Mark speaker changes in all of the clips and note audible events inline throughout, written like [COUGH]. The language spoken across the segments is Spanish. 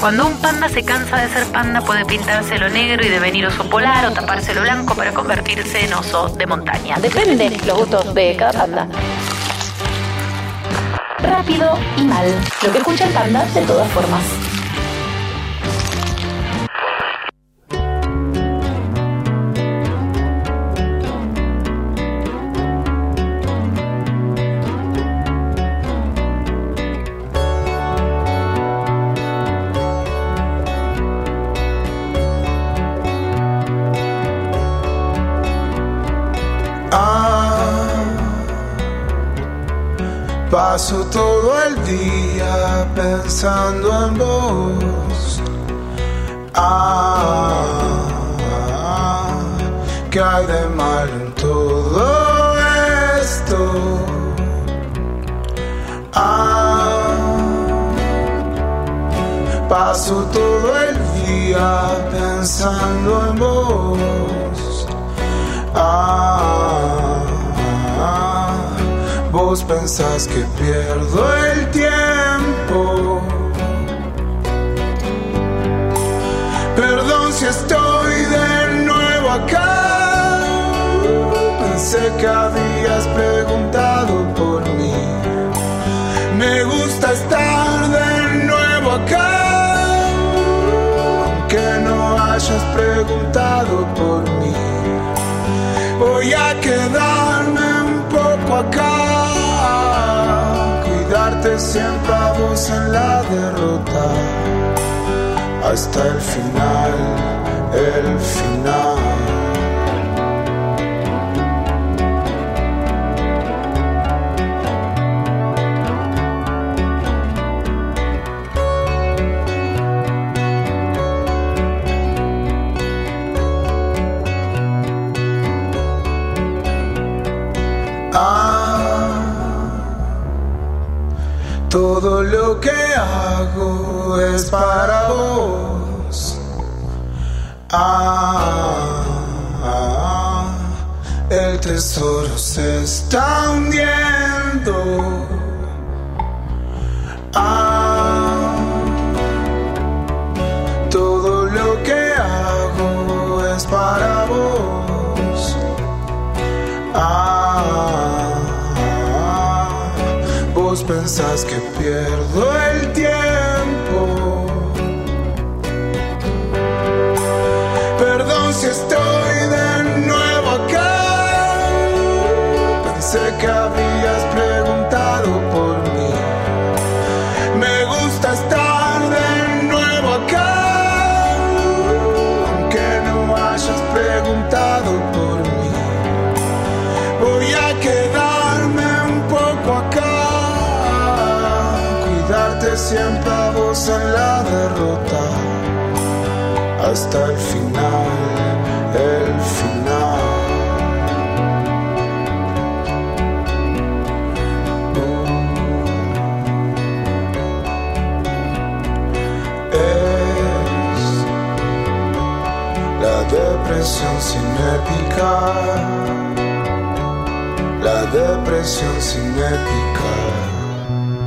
Speaker 1: Cuando un panda se cansa de ser panda puede pintárselo negro y devenir oso polar o tapárselo blanco para convertirse en oso de montaña. Depende los gustos de cada panda. Rápido y mal. Lo que escucha el panda de todas formas.
Speaker 2: Ah, Paso todo el día pensando en vos. Ah, ah, que hay de mal en todo esto. Ah, paso todo el día pensando en vos. Ah, ah, Vos pensás que pierdo el tiempo. Perdón si estoy de nuevo acá. Pensé que habías preguntado por mí. Me gusta estar de nuevo acá. Aunque no hayas preguntado por mí. Voy a quedarme un poco acá. Cuidarte siempre a vos en la derrota. Hasta el final, el final. Ah, todo lo que hago es para vos. Ah, ah, el tesoro se está hundiendo. Ah, todo lo que hago es para vos. Ah, vos pensás que pierdo el tiempo. Perdón si estoy de nuevo acá. Pensé que habías preguntado por mí. Me gusta estar de nuevo acá. Aunque no hayas preguntado por mí. Voy a quedarme un poco acá, cuidarte siempre a vos en la derrota, hasta el final, el final. Es la depresión cinética la depresión cinética.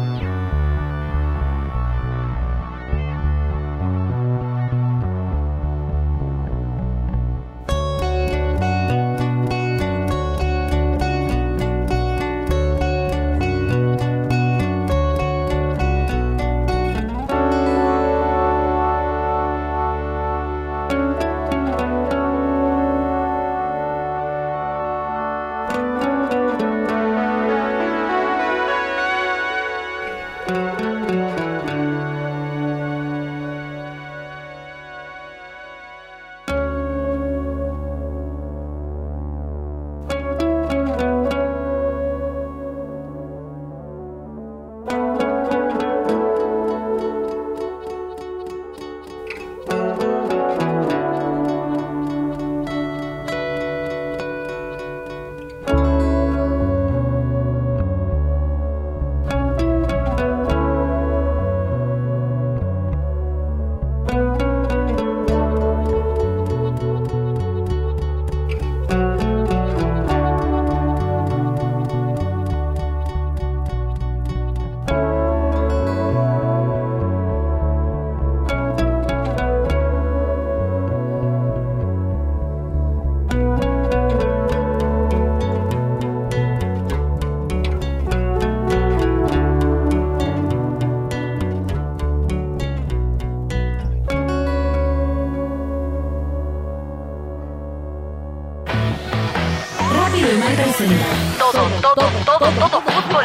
Speaker 1: Todo, todo, todo, todo fútbol.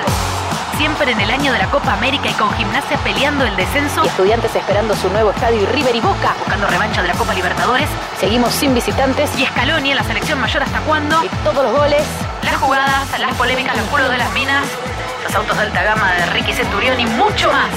Speaker 1: Siempre en el año de la Copa América y con gimnasia peleando el descenso.
Speaker 3: Y estudiantes esperando su nuevo estadio y River y Boca.
Speaker 1: Buscando revancha de la Copa Libertadores.
Speaker 3: Seguimos sin visitantes.
Speaker 1: Y Escalonia, la selección mayor hasta cuándo.
Speaker 3: Y todos los goles.
Speaker 1: Las jugadas, las polémicas, los culos de las minas. Los autos de alta gama de Ricky Centurión y mucho más.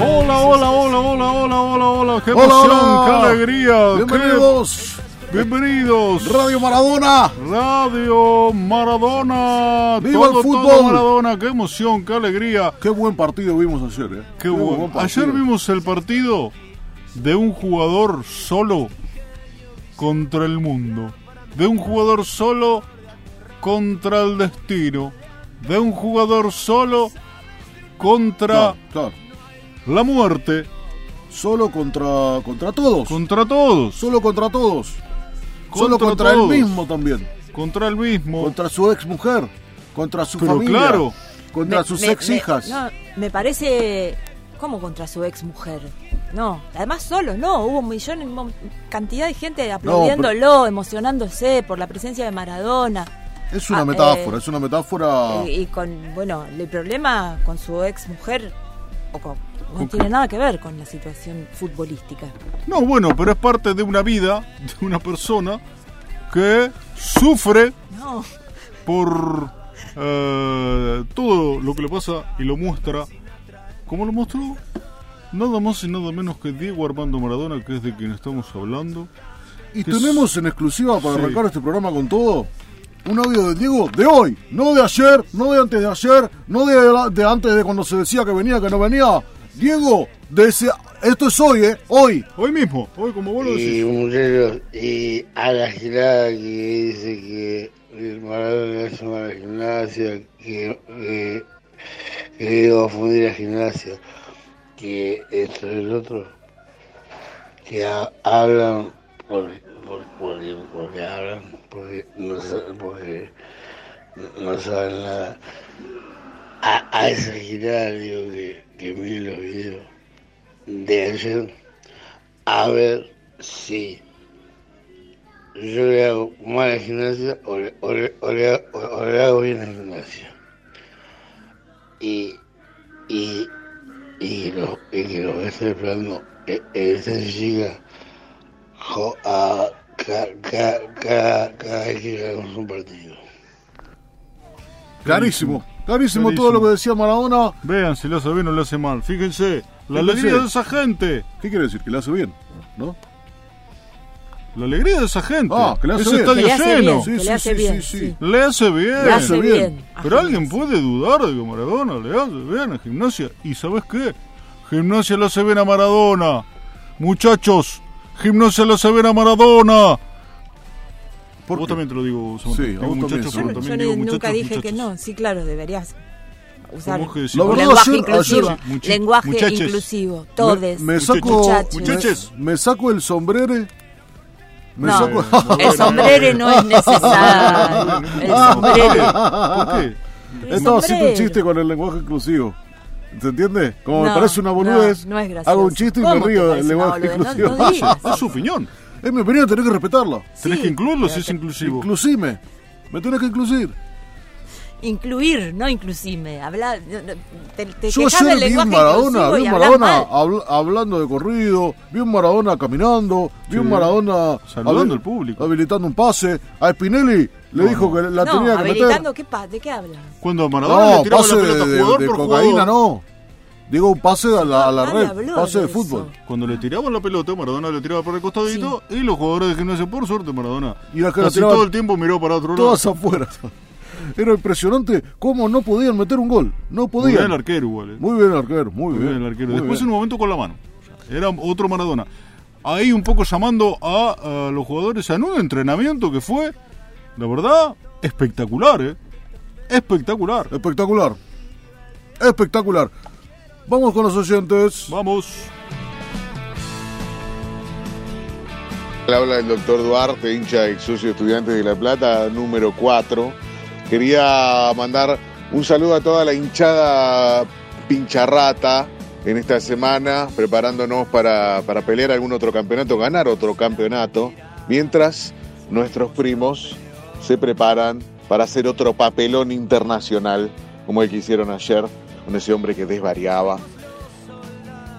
Speaker 4: Hola, hola, hola, hola, hola, hola, hola. Qué emoción,
Speaker 5: hola.
Speaker 4: qué alegría.
Speaker 5: Bienvenidos,
Speaker 4: qué- Bienvenidos.
Speaker 5: Radio Maradona.
Speaker 4: Radio Maradona.
Speaker 5: Viva
Speaker 4: todo,
Speaker 5: el
Speaker 4: todo
Speaker 5: fútbol.
Speaker 4: Maradona. Qué emoción, qué alegría.
Speaker 5: Qué buen partido vimos ayer, ¿eh?
Speaker 4: Qué bueno.
Speaker 5: partido.
Speaker 4: Ayer vimos el partido de un jugador solo contra el mundo. De un jugador solo contra el destino. De un jugador solo contra
Speaker 5: Claro, claro.
Speaker 4: la muerte.
Speaker 5: Solo contra, contra todos.
Speaker 4: Contra todos.
Speaker 5: Solo contra todos. Solo contra
Speaker 4: todos.
Speaker 5: él mismo también.
Speaker 4: Contra el mismo.
Speaker 5: Contra su ex mujer. Contra su
Speaker 4: Pero
Speaker 5: familia.
Speaker 4: claro.
Speaker 5: Contra
Speaker 6: Me-
Speaker 5: sus
Speaker 6: me-
Speaker 5: ex
Speaker 6: me-
Speaker 5: hijas.
Speaker 6: no, me parece. ¿Cómo contra su ex mujer? No, además solo, no. Hubo un millón, un mon- cantidad de gente aplaudiéndolo, emocionándose por la presencia de Maradona.
Speaker 5: Es una
Speaker 6: Ah,
Speaker 5: metáfora,
Speaker 6: eh,
Speaker 5: es una metáfora.
Speaker 6: Y, y con, bueno, el problema con su ex mujer o con- no tiene nada que ver con la situación futbolística.
Speaker 4: No, bueno, pero es parte de una vida, de una persona que sufre
Speaker 6: No,
Speaker 4: por eh, todo lo que le pasa y lo muestra. ¿Cómo lo mostró? Nada más y nada menos que Diego Armando Maradona, que es de quien estamos hablando.
Speaker 5: y
Speaker 4: que
Speaker 5: tenemos en exclusiva para
Speaker 4: Sí.
Speaker 5: arrancar este programa con todo. Un audio de Diego de hoy, no de ayer, no de antes de ayer, no de, la- de antes de cuando se decía que venía, que no venía. Diego, de ese- esto es hoy, ¿eh? Hoy.
Speaker 4: Hoy mismo, hoy como vos lo
Speaker 7: Y
Speaker 4: decís.
Speaker 7: muchachos, y a la gilada que dice que el Maradona es una gimnasia, que, que, que le iba a fundir la gimnasia, que esto es el otro, que ha- hablan porque, por- porque, porque hablan, porque no, sa- porque no saben nada. A, a esa gilada le digo que, que miren los videos de ayer. A ver si yo le hago mal a gimnasia o le, o le- o le- o le hago bien a gimnasia. Y, y, y, lo, y que lo que estoy esperando e- esta chica jo- a, ca- ca- ca- cada vez que ganamos un partido.
Speaker 5: Clarísimo, clarísimo,
Speaker 4: Clarísimo.
Speaker 5: todo lo que decía Maradona.
Speaker 4: Vean si lo hace bien o lo hace mal. Fíjense, la
Speaker 5: Fíjense.
Speaker 4: alegría de esa gente.
Speaker 5: ¿Qué quiere decir? Que le hace bien, ¿no?
Speaker 4: La alegría de esa gente.
Speaker 5: Ah, que le hace
Speaker 4: Ese
Speaker 5: bien.
Speaker 6: que
Speaker 4: estadio
Speaker 6: le hace bien,
Speaker 4: lleno.
Speaker 6: que le hace
Speaker 5: sí, sí,
Speaker 6: bien.
Speaker 5: sí.
Speaker 6: sí.
Speaker 4: Le hace bien.
Speaker 6: Le hace
Speaker 5: bien.
Speaker 6: bien. a
Speaker 4: Pero alguien
Speaker 6: Gimnasia.
Speaker 4: puede dudar de que Maradona le hace bien a Gimnasia. ¿Y sabes qué? Gimnasia le hace bien a Maradona. Muchachos, Gimnasia le hace bien a Maradona.
Speaker 5: ¿Por
Speaker 4: Vos
Speaker 5: qué?
Speaker 4: también te lo digo, Samantha.
Speaker 5: Sí, a
Speaker 4: Digo
Speaker 5: vos también,
Speaker 4: muchachos, pero
Speaker 6: Yo,
Speaker 5: Samantha.
Speaker 4: también
Speaker 6: yo
Speaker 4: digo
Speaker 6: nunca
Speaker 4: muchachos,
Speaker 6: dije que
Speaker 4: muchachos.
Speaker 6: no. Sí, claro, deberías usar
Speaker 4: Vos que decís-
Speaker 5: La
Speaker 6: un
Speaker 5: verdad,
Speaker 6: lenguaje
Speaker 5: ayer-
Speaker 6: inclusivo.
Speaker 5: ayer-
Speaker 4: Muchi-
Speaker 6: lenguaje
Speaker 4: muchaches.
Speaker 6: inclusivo. Todes.
Speaker 5: Me, me saco,
Speaker 6: muchachos.
Speaker 4: Muchaches.
Speaker 5: Me, me saco el sombrero. Me
Speaker 6: No.
Speaker 5: [LAUGHS] saco.
Speaker 6: El sombrero no es necesario. El
Speaker 5: Ah,
Speaker 6: sombrero.
Speaker 4: ¿Por qué?
Speaker 6: El
Speaker 5: Estaba haciendo eh, un
Speaker 6: sombrero.
Speaker 5: chiste con el lenguaje inclusivo. ¿Se entiende? Como me
Speaker 6: No,
Speaker 5: parece una boludez,
Speaker 6: no, no es gracioso.
Speaker 5: hago un chiste y me
Speaker 6: ¿Cómo te
Speaker 5: río del
Speaker 6: parece una
Speaker 5: lenguaje
Speaker 6: boludez? No-
Speaker 5: inclusivo. Ah,
Speaker 6: no digas.
Speaker 4: Es su opinión.
Speaker 5: es mi opinión, tenés que respetarla.
Speaker 4: Tenés
Speaker 6: Sí,
Speaker 4: que incluirlo si
Speaker 6: pero
Speaker 4: es
Speaker 6: te-
Speaker 4: inclusivo.
Speaker 5: Inclusime. Me tenés que incluir.
Speaker 6: Incluir, no inclusive. Habla, no, no, te, te
Speaker 5: Yo
Speaker 6: quejas
Speaker 5: ayer
Speaker 6: del
Speaker 5: vi un
Speaker 6: lenguaje
Speaker 5: Maradona, vi
Speaker 6: inclusivo y
Speaker 5: un
Speaker 6: hablas
Speaker 5: Maradona ah,
Speaker 6: mal.
Speaker 5: habl- hablando de corrido, vi un Maradona caminando, vi un Maradona
Speaker 4: Saludando
Speaker 5: habil-
Speaker 4: al público.
Speaker 5: habilitando un pase. A Spinelli le dijo que la
Speaker 6: no,
Speaker 5: tenía que meter.
Speaker 6: habilitando, ¿qué pa- ¿de qué hablan?
Speaker 4: Cuando a Maradona
Speaker 5: No,
Speaker 4: le tiraba
Speaker 5: pase
Speaker 4: la pelota
Speaker 5: de,
Speaker 4: jugador
Speaker 5: de
Speaker 4: por
Speaker 5: cocaína
Speaker 4: jugador.
Speaker 5: no. Digo un pase a la, a la
Speaker 6: Ah,
Speaker 5: red,
Speaker 6: habló
Speaker 5: pase de
Speaker 6: eso.
Speaker 5: fútbol.
Speaker 4: Cuando le tiraban la pelota, Maradona le tiraba por el costadito y los jugadores de gimnasia, por suerte, Maradona.
Speaker 5: Y la que la
Speaker 4: casi
Speaker 5: tiraba-
Speaker 4: todo el tiempo miró para otro lado.
Speaker 5: Todas afuera. [LAUGHS] Era impresionante cómo no podían meter un gol. No
Speaker 4: Muy bien el
Speaker 5: podían.
Speaker 4: arquero igual. eh.
Speaker 5: Muy bien el arquero, muy,
Speaker 4: Muy
Speaker 5: bien.
Speaker 4: bien el arquero.
Speaker 5: muy
Speaker 4: Después
Speaker 5: bien.
Speaker 4: en un momento con la mano. Era otro Maradona. Ahí un poco llamando a, a los jugadores en un entrenamiento que fue, la verdad, espectacular, ¿eh? Espectacular.
Speaker 5: Espectacular. Espectacular. Vamos con los oyentes.
Speaker 4: Vamos.
Speaker 8: Le habla el doctor Duarte, hincha ex socio estudiantes de La Plata, número 4. Quería mandar un saludo a toda la hinchada pincharrata
Speaker 9: en esta semana, preparándonos para, para pelear algún otro campeonato, ganar otro campeonato, mientras nuestros primos se preparan para hacer otro papelón internacional, como el que hicieron ayer, con ese hombre que desvariaba.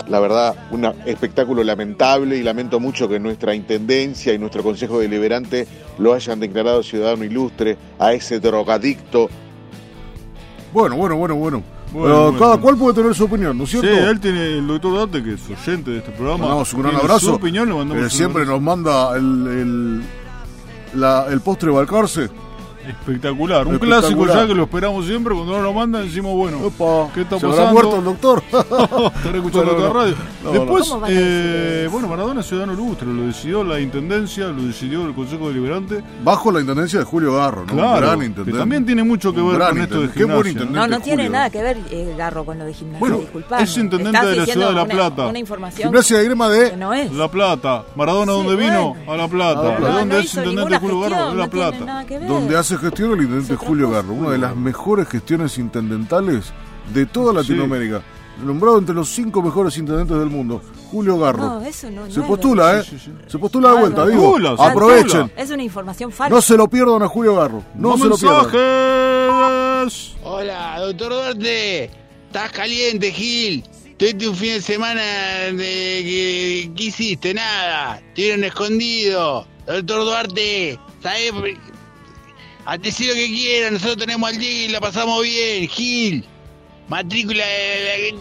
Speaker 9: La verdad, un espectáculo lamentable y lamento mucho que nuestra Intendencia y nuestro Consejo Deliberante lo hayan declarado ciudadano ilustre a ese drogadicto
Speaker 5: Bueno, bueno, bueno, bueno.
Speaker 4: Bueno,
Speaker 5: Pero
Speaker 4: bueno.
Speaker 5: cada cual puede tener su opinión, ¿no es
Speaker 4: Sí,
Speaker 5: cierto?
Speaker 4: él tiene el doctor Dante, que es oyente de este programa.
Speaker 5: Mandamos un gran
Speaker 4: Tiene
Speaker 5: abrazo.
Speaker 4: Su opinión, le mandamos
Speaker 5: que
Speaker 4: un
Speaker 5: siempre
Speaker 4: gran-
Speaker 5: nos manda el, el, la- el postre de Balcarce.
Speaker 4: Espectacular. Un
Speaker 5: Espectacular.
Speaker 4: clásico ya que lo esperamos siempre. Cuando no lo mandan, decimos, bueno,
Speaker 5: Opa,
Speaker 4: ¿qué está
Speaker 5: ¿se habrá
Speaker 4: pasando?
Speaker 5: muerto el doctor? [LAUGHS]
Speaker 4: Estar escuchando
Speaker 5: No, no,
Speaker 4: otra
Speaker 5: no.
Speaker 4: radio.
Speaker 5: No,
Speaker 4: Después,
Speaker 6: ¿Cómo van a
Speaker 4: eh,
Speaker 6: decir eso?
Speaker 4: bueno, Maradona es ciudadano ilustre. Lo decidió la intendencia, lo decidió el Consejo Deliberante.
Speaker 5: Bajo la intendencia de Julio Garro, ¿no? Un
Speaker 4: Claro,
Speaker 5: gran
Speaker 4: que
Speaker 5: intendente.
Speaker 4: también tiene mucho que
Speaker 5: Un
Speaker 4: ver
Speaker 5: gran
Speaker 4: con esto de
Speaker 5: intendente. Qué buen
Speaker 4: gimnasia, ¿no?
Speaker 5: intendente.
Speaker 6: No, no tiene
Speaker 5: Julio.
Speaker 6: nada que ver eh, Garro con lo de gimnasia,
Speaker 5: Bueno,
Speaker 6: disculpame.
Speaker 4: es intendente
Speaker 6: Estás
Speaker 4: de la ciudad
Speaker 6: diciendo
Speaker 4: de La
Speaker 6: una-
Speaker 4: Plata.
Speaker 6: Una información
Speaker 5: Gimnasia de Grima
Speaker 6: que
Speaker 5: de...
Speaker 6: no es.
Speaker 4: La Plata. Maradona,
Speaker 6: Sí,
Speaker 4: ¿dónde vino?
Speaker 6: bueno.
Speaker 4: A La Plata.
Speaker 5: A La Plata.
Speaker 4: ¿De dónde
Speaker 6: no
Speaker 4: es
Speaker 6: hizo
Speaker 4: intendente
Speaker 6: ninguna
Speaker 4: Julio Garro? De
Speaker 6: gestión,
Speaker 4: La
Speaker 6: no tiene
Speaker 4: Plata.
Speaker 6: nada que ver.
Speaker 5: Donde hace gestión el intendente
Speaker 6: Otra
Speaker 5: Julio
Speaker 6: cosa.
Speaker 5: Garro, una de las mejores gestiones intendentales de toda Latinoamérica. Nombrado entre los cinco mejores intendentes del mundo, Julio Garro.
Speaker 6: No, eso no-
Speaker 5: Se
Speaker 6: no es
Speaker 5: postula, ¿eh?
Speaker 4: Sí, sí, sí.
Speaker 5: Se postula de
Speaker 6: Ah,
Speaker 5: vuelta,
Speaker 6: no.
Speaker 5: digo.
Speaker 4: Postula, se
Speaker 5: Aprovechen.
Speaker 4: postula.
Speaker 6: Es una información falsa.
Speaker 5: No se lo pierdan a Julio Garro. No
Speaker 4: Más
Speaker 5: se lo pierdan.
Speaker 4: mensajes.
Speaker 7: Hola, doctor Duarte. Estás caliente, Gil. Tuviste un fin de semana de que, que hiciste nada. Tuvieron escondido. Doctor Duarte, ¿sabes? Atesí lo que quieran. Nosotros tenemos al Diego y la pasamos bien, Gil. Matrícula de la-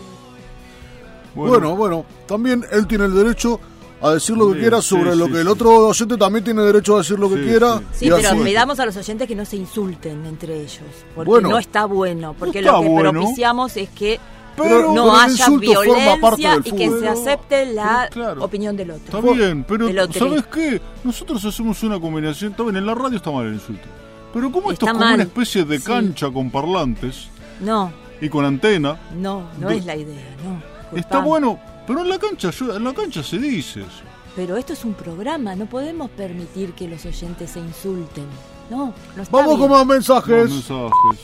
Speaker 5: Bueno, bueno, también él tiene el derecho a decir lo que
Speaker 4: Sí,
Speaker 5: quiera
Speaker 4: sí,
Speaker 5: sobre lo
Speaker 4: sí,
Speaker 5: que el
Speaker 4: sí.
Speaker 5: otro docente también tiene derecho a decir lo que
Speaker 4: Sí,
Speaker 5: quiera.
Speaker 6: Sí,
Speaker 5: y
Speaker 6: pero
Speaker 5: así.
Speaker 6: pidamos a los oyentes que no se insulten entre ellos, porque
Speaker 5: Bueno.
Speaker 6: no está bueno, porque
Speaker 4: No está
Speaker 6: lo que
Speaker 4: bueno.
Speaker 6: propiciamos es que
Speaker 5: Pero- pero
Speaker 6: no
Speaker 5: el
Speaker 6: haya
Speaker 5: insulto forma parte
Speaker 6: violencia
Speaker 5: del
Speaker 6: y que
Speaker 5: fútbol.
Speaker 6: se acepte la
Speaker 4: Pero claro.
Speaker 6: opinión del otro.
Speaker 4: Está bien, pero
Speaker 6: del otro.
Speaker 4: ¿sabes qué? Nosotros hacemos una combinación. Está bien, en la radio está mal el insulto. Pero como esto
Speaker 6: Está
Speaker 4: es como
Speaker 6: mal.
Speaker 4: una especie de
Speaker 6: Sí.
Speaker 4: cancha con parlantes
Speaker 6: No,
Speaker 4: y con antena,
Speaker 6: no, no
Speaker 4: De-
Speaker 6: es la idea, no. disculpame.
Speaker 4: está bueno. Pero en la cancha, yo- en la cancha se dice eso.
Speaker 6: Pero esto es un programa, no podemos permitir que los oyentes se insulten. No, no está
Speaker 5: Vamos
Speaker 6: bien.
Speaker 5: con
Speaker 4: Los
Speaker 5: más mensajes.
Speaker 4: mensajes.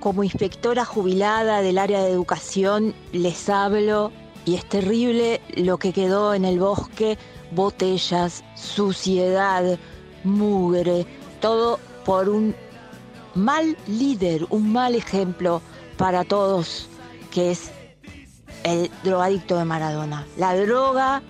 Speaker 10: Como inspectora jubilada del área de educación, les hablo y es terrible lo que quedó en el bosque, botellas, suciedad, mugre, todo por un mal líder, un mal ejemplo para todos, que es el drogadicto de Maradona. La droga,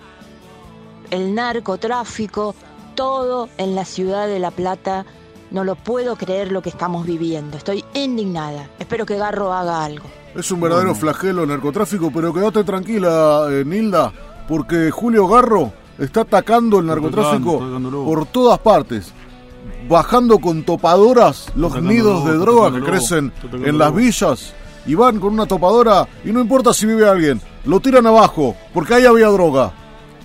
Speaker 10: el narcotráfico, todo en la ciudad de La Plata. No lo puedo creer lo que estamos viviendo. Estoy indignada. Espero que Garro haga algo.
Speaker 5: Es un verdadero
Speaker 4: Mm.
Speaker 5: flagelo el narcotráfico, pero quédate tranquila, eh, Nilda, porque Julio Garro está atacando el narcotráfico
Speaker 4: atacando, está atacándolo.
Speaker 5: por todas partes, bajando con topadoras los
Speaker 4: atacándolo,
Speaker 5: nidos de
Speaker 4: está
Speaker 5: droga que
Speaker 4: atacándolo,
Speaker 5: crecen
Speaker 4: está atacándolo.
Speaker 5: en las villas y van con una topadora y no importa si vive alguien, lo tiran abajo, porque ahí había droga.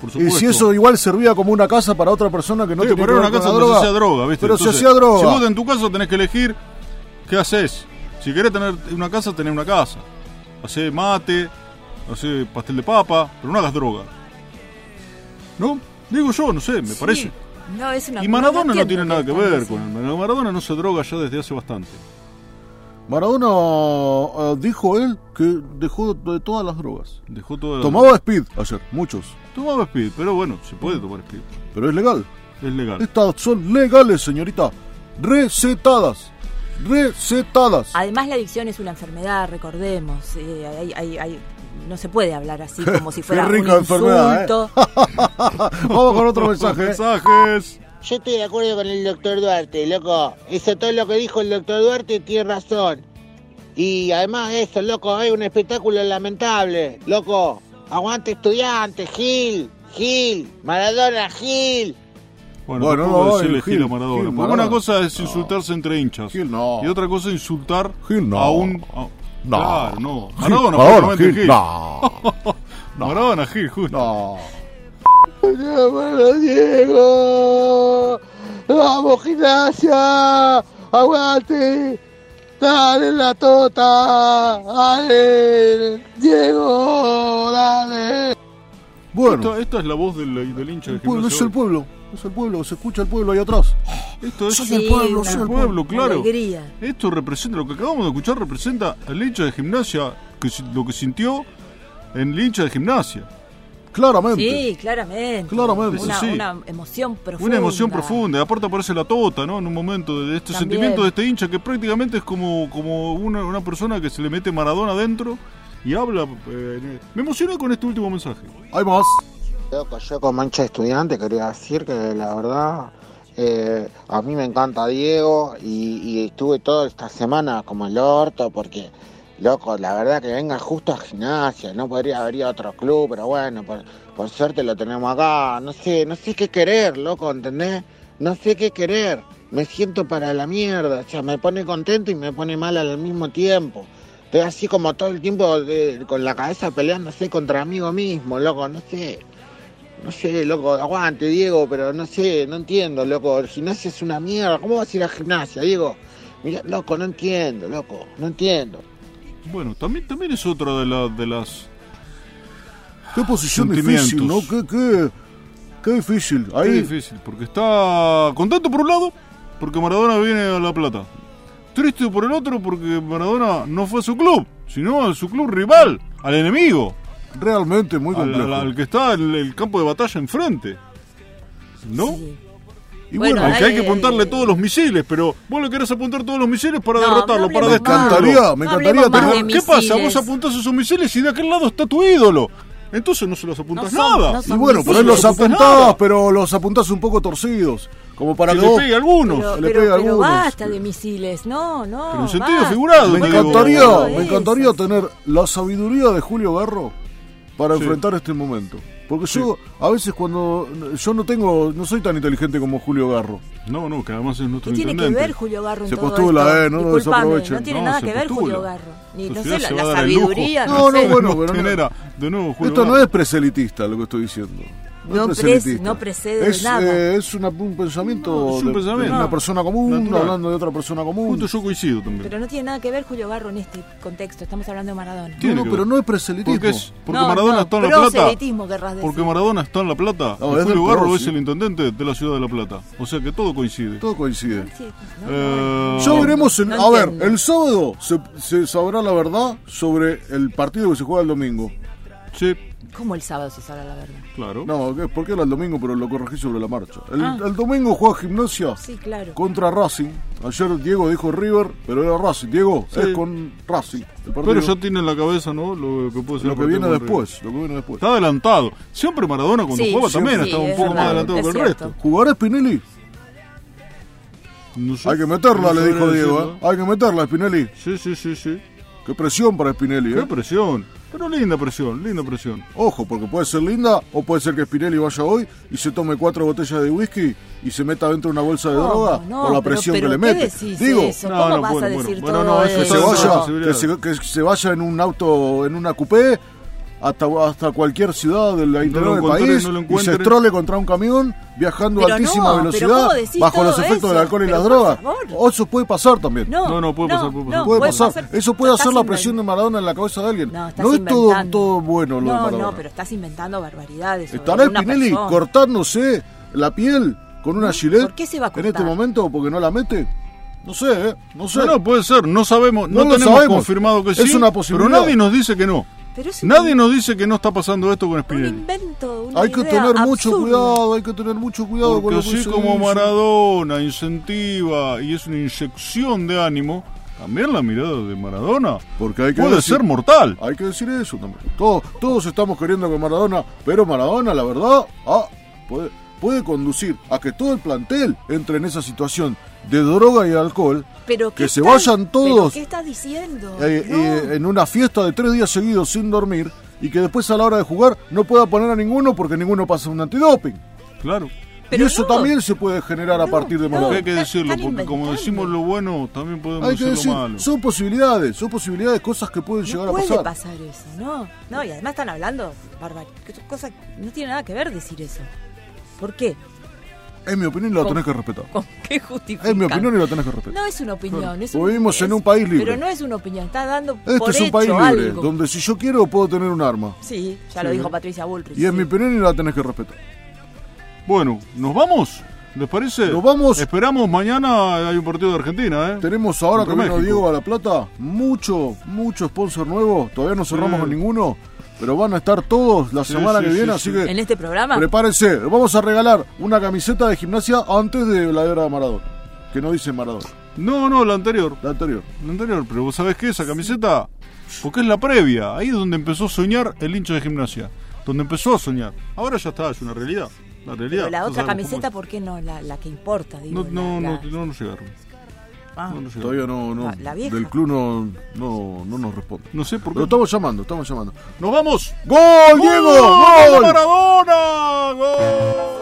Speaker 4: Por
Speaker 5: Y
Speaker 4: supuesto.
Speaker 5: si eso igual servía como una casa para otra persona que no
Speaker 4: Sí,
Speaker 5: te
Speaker 4: pero era una casa donde se hacía droga, ¿viste?
Speaker 5: Pero
Speaker 4: Entonces,
Speaker 5: se hacía droga.
Speaker 4: Si vos en tu casa tenés que elegir qué haces. Si querés tener una casa, tenés una casa. Hacé mate, hacé pastel de papa, pero no hagas droga. ¿No? Digo yo, no sé, me
Speaker 6: Sí.
Speaker 4: parece.
Speaker 6: No, es una
Speaker 4: Y Maradona no
Speaker 6: entiendo
Speaker 4: tiene
Speaker 6: qué
Speaker 4: nada que
Speaker 6: están
Speaker 4: ver
Speaker 6: diciendo.
Speaker 4: con el Maradona no se droga ya desde hace bastante.
Speaker 5: Maradona ah, dijo él que dejó de todas las drogas.
Speaker 4: Dejó toda la-
Speaker 5: Tomaba speed ayer, muchos.
Speaker 4: Tomaba speed, pero bueno, se puede tomar speed.
Speaker 5: Pero es legal.
Speaker 4: Es legal.
Speaker 5: Estas son legales, señorita. Recetadas. Recetadas.
Speaker 6: Además, la adicción es una enfermedad, recordemos. Eh, hay- hay- hay- no se puede hablar así como
Speaker 4: [LAUGHS]
Speaker 6: si fuera
Speaker 5: Qué
Speaker 6: un
Speaker 5: rica
Speaker 4: ¿eh?
Speaker 5: enfermedad,
Speaker 6: insulto.
Speaker 5: [LAUGHS] Vamos
Speaker 4: [LAUGHS]
Speaker 5: con otro mensaje. ¿eh?
Speaker 4: Mensajes.
Speaker 7: Yo estoy de acuerdo con el doctor Duarte, loco. Eso todo lo que dijo el doctor Duarte tiene razón. Y además eso, loco, hay un espectáculo lamentable, loco. Aguante estudiante, Gil, Gil, Maradona, Gil.
Speaker 4: Bueno,
Speaker 5: Bueno,
Speaker 4: no puedo
Speaker 5: no,
Speaker 4: decirle
Speaker 5: el
Speaker 4: Gil,
Speaker 5: Gil,
Speaker 4: a Maradona.
Speaker 5: Gil
Speaker 4: porque
Speaker 5: Maradona.
Speaker 4: una cosa es insultarse entre hinchas.
Speaker 5: Gil no.
Speaker 4: Y otra cosa es insultar
Speaker 5: Gil no.
Speaker 4: a un. a-
Speaker 5: No.
Speaker 4: Claro, no.
Speaker 5: Gil,
Speaker 4: Maradona,
Speaker 5: Maradona,
Speaker 4: justamente,
Speaker 5: Gil.
Speaker 4: Gil. [LAUGHS]
Speaker 5: No.
Speaker 4: Maradona, Gil, justo.
Speaker 5: No.
Speaker 11: ¡Llámalo, Diego! ¡Vamos, gimnasia! ¡Aguante! ¡Dale la tota! ¡Dale! ¡Diego! ¡Dale!
Speaker 5: Bueno,
Speaker 4: Esta, esta es la voz del, del hincha de
Speaker 5: pueblo,
Speaker 4: gimnasia.
Speaker 5: es el pueblo. Es el pueblo. Se escucha el pueblo ahí atrás.
Speaker 4: Esto es
Speaker 5: Soy
Speaker 6: Sí,
Speaker 5: del pueblo,
Speaker 6: una-
Speaker 5: soy del
Speaker 4: pueblo,
Speaker 6: una
Speaker 4: claro.
Speaker 6: Alegría.
Speaker 4: Esto representa, lo que acabamos de escuchar representa al hincha de gimnasia que, lo que sintió en el hincha de gimnasia.
Speaker 5: Claramente.
Speaker 6: Sí, claramente.
Speaker 5: Claramente,
Speaker 6: Una,
Speaker 4: sí.
Speaker 6: una emoción profunda.
Speaker 4: Una emoción profunda, y aparte aparece la tota, ¿no? En un momento, de este
Speaker 6: También.
Speaker 4: sentimiento de este hincha que prácticamente es como, como una, una persona que se le mete Maradona adentro y habla. eh, me emociona con este último mensaje.
Speaker 5: Hay más.
Speaker 9: Creo que yo con Mancha Estudiante quería decir que la verdad eh, a mí me encanta Diego y, y estuve toda esta semana como el orto porque, loco, la verdad que venga justo a gimnasia, no podría haber ido a otro club, pero bueno, por, por suerte lo tenemos acá, no sé, no sé qué querer, loco, ¿entendés? No sé qué querer, me siento para la mierda, o sea, me pone contento y me pone mal al mismo tiempo. Estoy así como todo el tiempo de- con la cabeza peleándose contra amigo mismo, loco, no sé. No sé, loco, aguante, Diego, pero no sé, no entiendo, loco. El gimnasio es una mierda. ¿Cómo vas a ir a gimnasia, Diego? Mira, loco, no entiendo, loco, no entiendo.
Speaker 4: Bueno, también, también es otra de, la- de las.
Speaker 5: Qué posición
Speaker 4: Sentimientos.
Speaker 5: difícil, ¿no? Qué, qué, qué difícil. Ahí,
Speaker 4: Qué difícil, porque está contento por un lado, porque Maradona viene a La Plata. Triste por el otro, porque Maradona no fue a su club, sino a su club rival, al enemigo.
Speaker 5: realmente muy
Speaker 4: al,
Speaker 5: complejo.
Speaker 4: al- al que está en el campo de batalla enfrente. ¿No?
Speaker 6: Sí.
Speaker 5: y bueno,
Speaker 6: Bueno,
Speaker 4: Aunque hay que
Speaker 6: eh,
Speaker 4: apuntarle todos los misiles, pero vos le querés apuntar todos los misiles para
Speaker 6: No,
Speaker 4: derrotarlo,
Speaker 6: no
Speaker 4: para
Speaker 6: hablemos más.
Speaker 4: destruirlo.
Speaker 5: encantaría, me
Speaker 6: No
Speaker 5: encantaría
Speaker 6: hablemos más
Speaker 5: tener-
Speaker 6: de mí.
Speaker 4: ¿Qué pasa?
Speaker 6: misiles.
Speaker 4: Vos apuntás esos misiles y de aquel lado está tu ídolo. Entonces no se los
Speaker 6: No
Speaker 4: apuntas
Speaker 6: son-
Speaker 4: nada.
Speaker 6: no
Speaker 5: Y
Speaker 6: son
Speaker 5: bueno, por ahí
Speaker 4: Sí,
Speaker 5: los
Speaker 4: no apuntás
Speaker 5: apuntás,
Speaker 4: nada.
Speaker 5: pero los apuntás un poco torcidos. Como para
Speaker 4: Que
Speaker 5: que
Speaker 4: le
Speaker 5: vos-
Speaker 4: pegue a algunos.
Speaker 6: Pero,
Speaker 5: Se le
Speaker 6: pero-
Speaker 5: pega a
Speaker 6: pero
Speaker 5: algunos.
Speaker 6: basta de misiles, no, no.
Speaker 4: Pero en sentido
Speaker 6: basta.
Speaker 4: figurado,
Speaker 5: Me
Speaker 4: te digo.
Speaker 5: encantaría,
Speaker 6: Todo
Speaker 5: me
Speaker 6: eso.
Speaker 5: encantaría tener la sabiduría de Julio Garro para
Speaker 4: Sí.
Speaker 5: enfrentar este momento. Porque yo a veces cuando yo no tengo, no soy tan inteligente como Julio Garro.
Speaker 4: No, no, que además es nuestro
Speaker 6: ¿Qué tiene que
Speaker 4: intendente.
Speaker 6: ver Julio Garro en
Speaker 5: Se
Speaker 6: todo
Speaker 5: postula,
Speaker 6: esto?
Speaker 5: eh, no lo
Speaker 6: Disculpame,
Speaker 5: desaprovechen.
Speaker 6: No tiene
Speaker 4: No,
Speaker 6: nada
Speaker 4: se
Speaker 6: que ver
Speaker 4: postula.
Speaker 6: Julio Garro. Ni,
Speaker 4: Esta
Speaker 6: no sé,
Speaker 4: ciudad
Speaker 6: la,
Speaker 4: se va
Speaker 6: la
Speaker 4: a dar el lujo.
Speaker 6: sabiduría.
Speaker 5: No, no,
Speaker 6: sé.
Speaker 5: bueno,
Speaker 4: Podemos
Speaker 5: pero no-
Speaker 4: tener a- de nuevo Julio
Speaker 5: Esto no
Speaker 4: Garro.
Speaker 5: es preselitista lo que estoy diciendo.
Speaker 6: No
Speaker 5: es
Speaker 6: pre-
Speaker 5: preselitista.
Speaker 6: no precede
Speaker 5: es,
Speaker 6: nada.
Speaker 5: eh, es una- un pensamiento,
Speaker 4: No, es un
Speaker 5: de-
Speaker 4: pensamiento.
Speaker 5: de una persona común,
Speaker 4: Natural.
Speaker 5: hablando de otra persona común.
Speaker 4: Justo yo coincido también.
Speaker 6: Pero no tiene nada que ver Julio Garro en este contexto. Estamos hablando de Maradona.
Speaker 4: Tiene
Speaker 5: no,
Speaker 4: que
Speaker 5: pero
Speaker 4: ver.
Speaker 5: no es preselitismo.
Speaker 4: Porque, es- porque
Speaker 6: No,
Speaker 4: Maradona
Speaker 6: no,
Speaker 4: está en La Plata.
Speaker 6: proselitismo querrás decir.
Speaker 4: Porque Maradona está en La Plata. y
Speaker 5: No, es del
Speaker 4: Julio Garro
Speaker 5: pro,
Speaker 4: es
Speaker 5: sí.
Speaker 4: el intendente de la ciudad de La Plata. O sea que todo coincide.
Speaker 5: Todo coincide.
Speaker 6: Sí, no,
Speaker 4: Eh,
Speaker 5: Ya veremos, en-
Speaker 6: no
Speaker 5: a ver,
Speaker 6: entiendo.
Speaker 5: el sábado se, se sabrá la verdad sobre el partido que se juega el domingo.
Speaker 4: Sí,
Speaker 6: ¿Cómo el sábado se sabe la verdad?
Speaker 4: claro.
Speaker 5: No, ¿qué? porque era el domingo, pero lo corregí sobre la marcha. El,
Speaker 6: Ah.
Speaker 5: el domingo juega gimnasia
Speaker 6: Sí, claro.
Speaker 5: contra Racing. Ayer Diego dijo River, pero era Racing. Diego
Speaker 4: Sí.
Speaker 5: es con Racing. el partido.
Speaker 4: Pero ya tiene en la cabeza, ¿no? Lo que puede ser
Speaker 5: lo
Speaker 4: el
Speaker 5: que
Speaker 4: partido
Speaker 5: viene
Speaker 4: con
Speaker 5: después, lo que viene después.
Speaker 4: Está adelantado. Siempre Maradona cuando
Speaker 6: Sí,
Speaker 4: jugaba también
Speaker 6: siempre.
Speaker 4: estaba
Speaker 6: Sí,
Speaker 4: un
Speaker 6: es
Speaker 4: poco más
Speaker 6: verdad,
Speaker 4: adelantado
Speaker 6: es
Speaker 4: que el
Speaker 6: cierto.
Speaker 4: resto.
Speaker 5: ¿Jugará Spinelli?
Speaker 4: No sé.
Speaker 5: Hay que meterla,
Speaker 4: No
Speaker 5: le dijo
Speaker 4: sabría
Speaker 5: Diego. ¿eh?
Speaker 4: decirlo.
Speaker 5: Hay que meterla, Spinelli.
Speaker 4: Sí, sí, sí, sí.
Speaker 5: Qué presión para Spinelli.
Speaker 4: Qué
Speaker 5: ¿eh?
Speaker 4: presión. Pero linda presión, linda presión.
Speaker 5: Ojo, porque puede ser linda o puede ser que Spinelli vaya hoy y se tome cuatro botellas de whisky y se meta dentro de una bolsa de
Speaker 6: ¿Cómo?
Speaker 5: droga
Speaker 6: No,
Speaker 5: por la
Speaker 6: pero-
Speaker 5: presión
Speaker 6: pero
Speaker 5: que le
Speaker 6: ¿qué
Speaker 5: mete.
Speaker 6: decís
Speaker 5: Digo,
Speaker 6: eso?
Speaker 4: No,
Speaker 6: ¿Cómo
Speaker 4: no,
Speaker 6: vas
Speaker 4: bueno,
Speaker 6: a
Speaker 4: bueno,
Speaker 6: decir
Speaker 4: bueno,
Speaker 6: todo
Speaker 4: no, eso
Speaker 6: eso?
Speaker 5: que se
Speaker 4: Está dentro de las
Speaker 5: vaya, que
Speaker 4: posibilidades.
Speaker 5: se, que se vaya en un auto, en una coupé, hasta, hasta cualquier ciudad del interior del
Speaker 4: encontré,
Speaker 5: país
Speaker 4: no lo
Speaker 5: y se
Speaker 4: encuentre.
Speaker 5: estrole contra un camión viajando
Speaker 6: Pero
Speaker 5: a altísima
Speaker 6: no, pero
Speaker 5: velocidad
Speaker 6: ¿cómo decís
Speaker 5: bajo
Speaker 6: todo
Speaker 5: los efectos
Speaker 6: eso?
Speaker 5: del alcohol y
Speaker 6: Pero
Speaker 5: las
Speaker 6: por
Speaker 5: drogas.
Speaker 6: favor.
Speaker 5: O eso puede pasar también.
Speaker 6: No,
Speaker 4: No, no, puede pasar, puede pasar.
Speaker 5: puede pasar. Eso puede
Speaker 6: Estás
Speaker 5: hacer la
Speaker 6: inventando.
Speaker 5: presión de Maradona en la cabeza de alguien.
Speaker 6: No,
Speaker 5: No,
Speaker 6: estás
Speaker 5: es todo,
Speaker 6: inventando.
Speaker 5: todo bueno lo de
Speaker 6: No,
Speaker 5: Maradona.
Speaker 6: no, pero estás inventando barbaridades. sobre
Speaker 5: Estará el
Speaker 6: una
Speaker 5: Pinelli
Speaker 6: persona.
Speaker 5: cortándose la piel con una gilet.
Speaker 6: ¿por qué se va a
Speaker 5: En este
Speaker 6: cortar?
Speaker 5: momento, porque no la mete. No sé, ¿eh? No sé.
Speaker 4: No, no, puede ser. No sabemos,
Speaker 5: No
Speaker 4: no,
Speaker 5: lo
Speaker 4: tenemos
Speaker 5: sabemos.
Speaker 4: confirmado que
Speaker 5: Es
Speaker 4: sí.
Speaker 5: una posibilidad.
Speaker 4: Pero nadie nos dice que no.
Speaker 6: Pero es un-
Speaker 4: Nadie nos dice que no está pasando esto con
Speaker 6: un
Speaker 4: Spinelli.
Speaker 6: invento, una
Speaker 5: hay que
Speaker 6: idea
Speaker 5: tener mucho
Speaker 6: absurda.
Speaker 5: cuidado, hay que tener mucho cuidado con
Speaker 4: Porque
Speaker 5: lo que
Speaker 4: así
Speaker 5: se
Speaker 4: como
Speaker 5: dice.
Speaker 4: Maradona incentiva y es una inyección de ánimo, también la mirada de Maradona
Speaker 5: Porque hay que
Speaker 4: puede
Speaker 5: decir-
Speaker 4: ser mortal.
Speaker 5: Hay que decir eso también. Todos, todos estamos queriendo con Maradona, pero Maradona, la verdad, ah, puede, puede conducir a que todo el plantel entre en esa situación de droga y alcohol.
Speaker 6: Pero
Speaker 5: que
Speaker 6: ¿qué
Speaker 5: se
Speaker 6: estás-
Speaker 5: vayan todos.
Speaker 6: ¿pero ¿Qué estás diciendo?
Speaker 5: eh,
Speaker 6: No.
Speaker 5: eh, en una fiesta de tres días seguidos sin dormir y que después a la hora de jugar no pueda poner a ninguno porque ninguno pasa un antidoping.
Speaker 4: Claro.
Speaker 5: y
Speaker 6: Pero
Speaker 5: eso
Speaker 6: no.
Speaker 5: también se puede generar a
Speaker 6: No,
Speaker 5: partir de
Speaker 6: no.
Speaker 5: Maradona.
Speaker 4: Porque hay que
Speaker 6: Están-
Speaker 4: decirlo,
Speaker 6: están
Speaker 4: porque como
Speaker 6: inventando.
Speaker 4: decimos lo bueno, también podemos
Speaker 5: Hay que
Speaker 4: decir lo
Speaker 5: decir,
Speaker 4: malo.
Speaker 5: son posibilidades, son posibilidades, cosas que pueden llegar
Speaker 6: No
Speaker 5: a
Speaker 6: puede
Speaker 5: pasar.
Speaker 6: pasar. eso, no. No, y además están hablando barbaridades. Cosa, no tiene nada que ver decir eso. ¿Por qué? [LAUGHS]
Speaker 5: En mi opinión, la
Speaker 6: Con-
Speaker 5: tenés que respetar.
Speaker 6: ¿Con qué justifican?
Speaker 5: En mi opinión, y la tenés que respetar.
Speaker 6: No es una opinión.
Speaker 5: Claro.
Speaker 6: Es un-
Speaker 5: Vivimos en
Speaker 6: es-
Speaker 5: un país libre.
Speaker 6: Pero no es una opinión. Está dando
Speaker 5: Este
Speaker 6: por
Speaker 5: es un
Speaker 6: hecho
Speaker 5: país libre,
Speaker 6: algo.
Speaker 5: donde si yo quiero puedo tener un arma.
Speaker 6: Sí, ya lo dijo Patricia Bullrich.
Speaker 5: Y es
Speaker 6: sí.
Speaker 5: mi opinión y la tenés que respetar.
Speaker 4: Bueno, ¿nos vamos? ¿Les parece?
Speaker 5: Nos vamos.
Speaker 4: Esperamos mañana hay un partido de Argentina, ¿eh?
Speaker 5: Tenemos ahora que
Speaker 4: Contra
Speaker 5: vino
Speaker 4: México.
Speaker 5: Diego a La Plata mucho, mucho sponsor nuevo. Todavía no cerramos
Speaker 4: Sí.
Speaker 5: con ninguno, pero van a estar todos la
Speaker 4: Sí,
Speaker 5: semana
Speaker 4: sí,
Speaker 5: que
Speaker 4: sí,
Speaker 5: viene,
Speaker 4: sí.
Speaker 5: así que
Speaker 6: En este programa.
Speaker 5: prepárense. Vamos a regalar una camiseta de gimnasia antes de la hora de Maradona, que no dice Maradona,
Speaker 4: No, no, la anterior.
Speaker 5: la anterior.
Speaker 4: La anterior, pero ¿vos sabés qué? Esa camiseta, porque es la previa. Ahí es donde empezó a soñar el hincha de gimnasia. Donde empezó a soñar. Ahora ya está, es una realidad. La realidad.
Speaker 6: Pero la
Speaker 4: ya
Speaker 6: otra
Speaker 4: sabemos
Speaker 6: camiseta,
Speaker 4: cómo
Speaker 6: ¿por qué no? La, la que importa,
Speaker 4: es.
Speaker 6: digo.
Speaker 4: No, no,
Speaker 6: la-
Speaker 4: no,
Speaker 6: la-
Speaker 4: no nos llegaron.
Speaker 6: Ah.
Speaker 4: No nos llegaron.
Speaker 5: Todavía no, no,
Speaker 6: Ah, la vieja.
Speaker 5: del club no, no, no nos responde.
Speaker 4: No sé por qué.
Speaker 5: Lo estamos llamando, estamos llamando.
Speaker 4: ¡Nos vamos!
Speaker 5: ¡Gol, Diego!
Speaker 4: ¡Gol de
Speaker 5: ¡Gol!
Speaker 4: Maradona! ¡Gol!